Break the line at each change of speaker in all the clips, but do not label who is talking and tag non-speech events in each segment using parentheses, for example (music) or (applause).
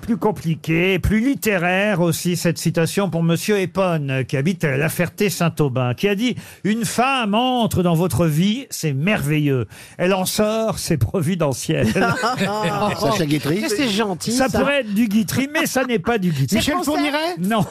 plus compliquée, plus littéraire aussi, cette citation pour Monsieur Epon, qui habite La Ferté-Saint-Aubin, qui a dit « Une femme entre dans votre vie, c'est merveilleux. Elle en sort, c'est providentiel. (laughs)
Sacha Guitry.
Qu'est-ce que Ah, c'est gentil,
Ça,
ça.
pourrait être du Guitry, mais ça n'est pas du Guitry.
Michel français Fourniret (laughs)
Non.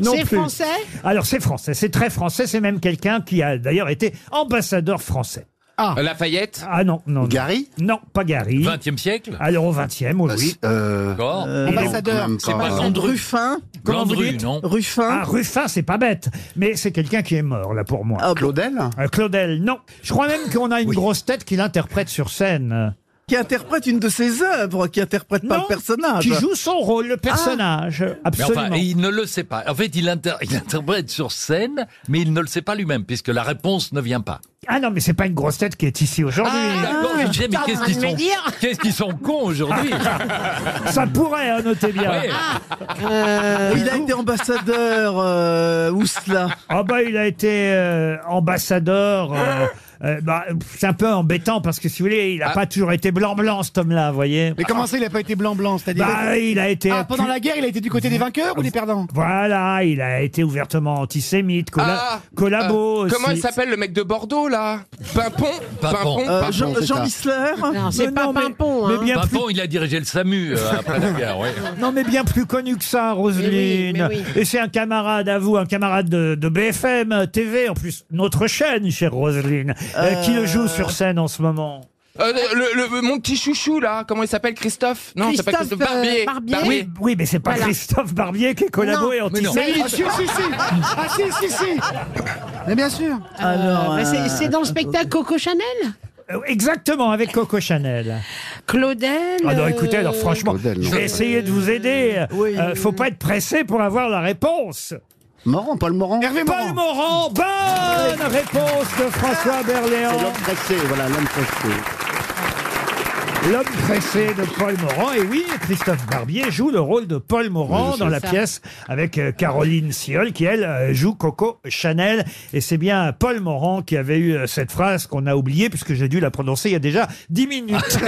Non
C'est
plus.
français
Alors c'est français, c'est très français, c'est même quelqu'un qui a d'ailleurs été ambassadeur français.
Euh, Lafayette
Ah non, non. non.
Gary
Non, pas Gary.
20e Ah, siècle
Alors au 20e, oh oui.
Euh,
Encore
Ambassadeur.
C'est pas
pas-
Sandrine.
Ruffin.
comment vous
Landru,
dites
non
Ruffin.
Hein
Ah, Ruffin, c'est pas bête, mais c'est quelqu'un qui est mort, là, pour moi.
Claudel
Euh, Claudel, non. Je crois même qu'on a une grosse tête qui l'interprète sur scène.
Qui interprète une de ses œuvres, qui interprète pas
Non,
le personnage.
Qui joue son rôle, le personnage.
Mais
Absolument.
enfin, il ne le sait pas. En fait, il, inter- (laughs) il interprète sur scène, mais il ne le sait pas lui-même, puisque la réponse ne vient pas.
Ah non, mais c'est pas une grosse tête qui est ici aujourd'hui.
d'accord, je disais, mais
Ah, t'es en
qu'est-ce
train de
qu'ils
me
sont,
dire
qu'est-ce qu'ils sont cons aujourd'hui
(laughs)
Ça pourrait, hein, notez bien.
Ah Ouais.
Ah,
Euh, Il a été ambassadeur, euh, où cela
Ah bah il a été euh, ambassadeur. euh, euh, bah, c'est un peu embêtant parce que si vous voulez, il n'a
Ah.
pas toujours été blanc blanc cet homme-là, vous voyez.
(laughs) Mais comment ça, il n'a pas été blanc-blanc C'est-à-dire.
Bah il a été.
Ah, pendant la guerre, il a été du côté des vainqueurs ou des perdants
Voilà, il a été ouvertement antisémite, colla-
Ah,
collabo
euh,
aussi.
Comment il s'appelle le mec de Bordeaux là Pimpon
Pimpon.
Pimpon
Euh,
Pimpon,
Jean,
c'est
Jean
ça.
Missler
Non, c'est
Mais
pas
non, mais-
Pimpon.
mais
hein.
bien plus,
Pimpon, il a dirigé le SAMU euh, après la guerre, oui.
non, mais bien plus connu que ça, Roselyne.
Mais oui, mais oui.
Et c'est un camarade à vous, un camarade de, de BFM TV, en plus notre chaîne, chère Roselyne, euh, qui le joue sur scène en ce moment.
Euh, le, le- Mon petit chouchou là, comment il s'appelle Christophe Non, c'est pas
Christophe,
Christophe Barbier.
euh, Barbier.
Oui, oui, mais c'est pas
Voilà.
Christophe Barbier qui est collabo
Non,
et
mais non.
antisémite.
Mais il... Ah, si, si, si Ah, si, si,
(laughs)
si Mais bien sûr
Alors,
Euh, mais c'est-
euh,
C'est dans le spectacle Coco Chanel
Euh, Exactement, avec Coco Chanel.
Claudel.
Ah non, écoutez, alors
euh,
franchement,
Claudel, non.
je vais essayer de vous aider.
Oui.
Euh, faut pas être pressé pour avoir la réponse.
Morand, Paul Morand
Hervé
Paul
Morand
Morand, bonne réponse de François
C'est
Berléand.
l'homme pressé, voilà, l'homme pressé.
L'homme pressé de Paul Morand. Et oui, Christophe Barbier joue le rôle de Paul Morand dans la
ça.
pièce avec euh, Caroline Siol qui, elle, euh, joue Coco Chanel. Et c'est bien Paul Morand qui avait eu euh, cette phrase qu'on a oubliée puisque j'ai dû la prononcer il y a déjà dix minutes.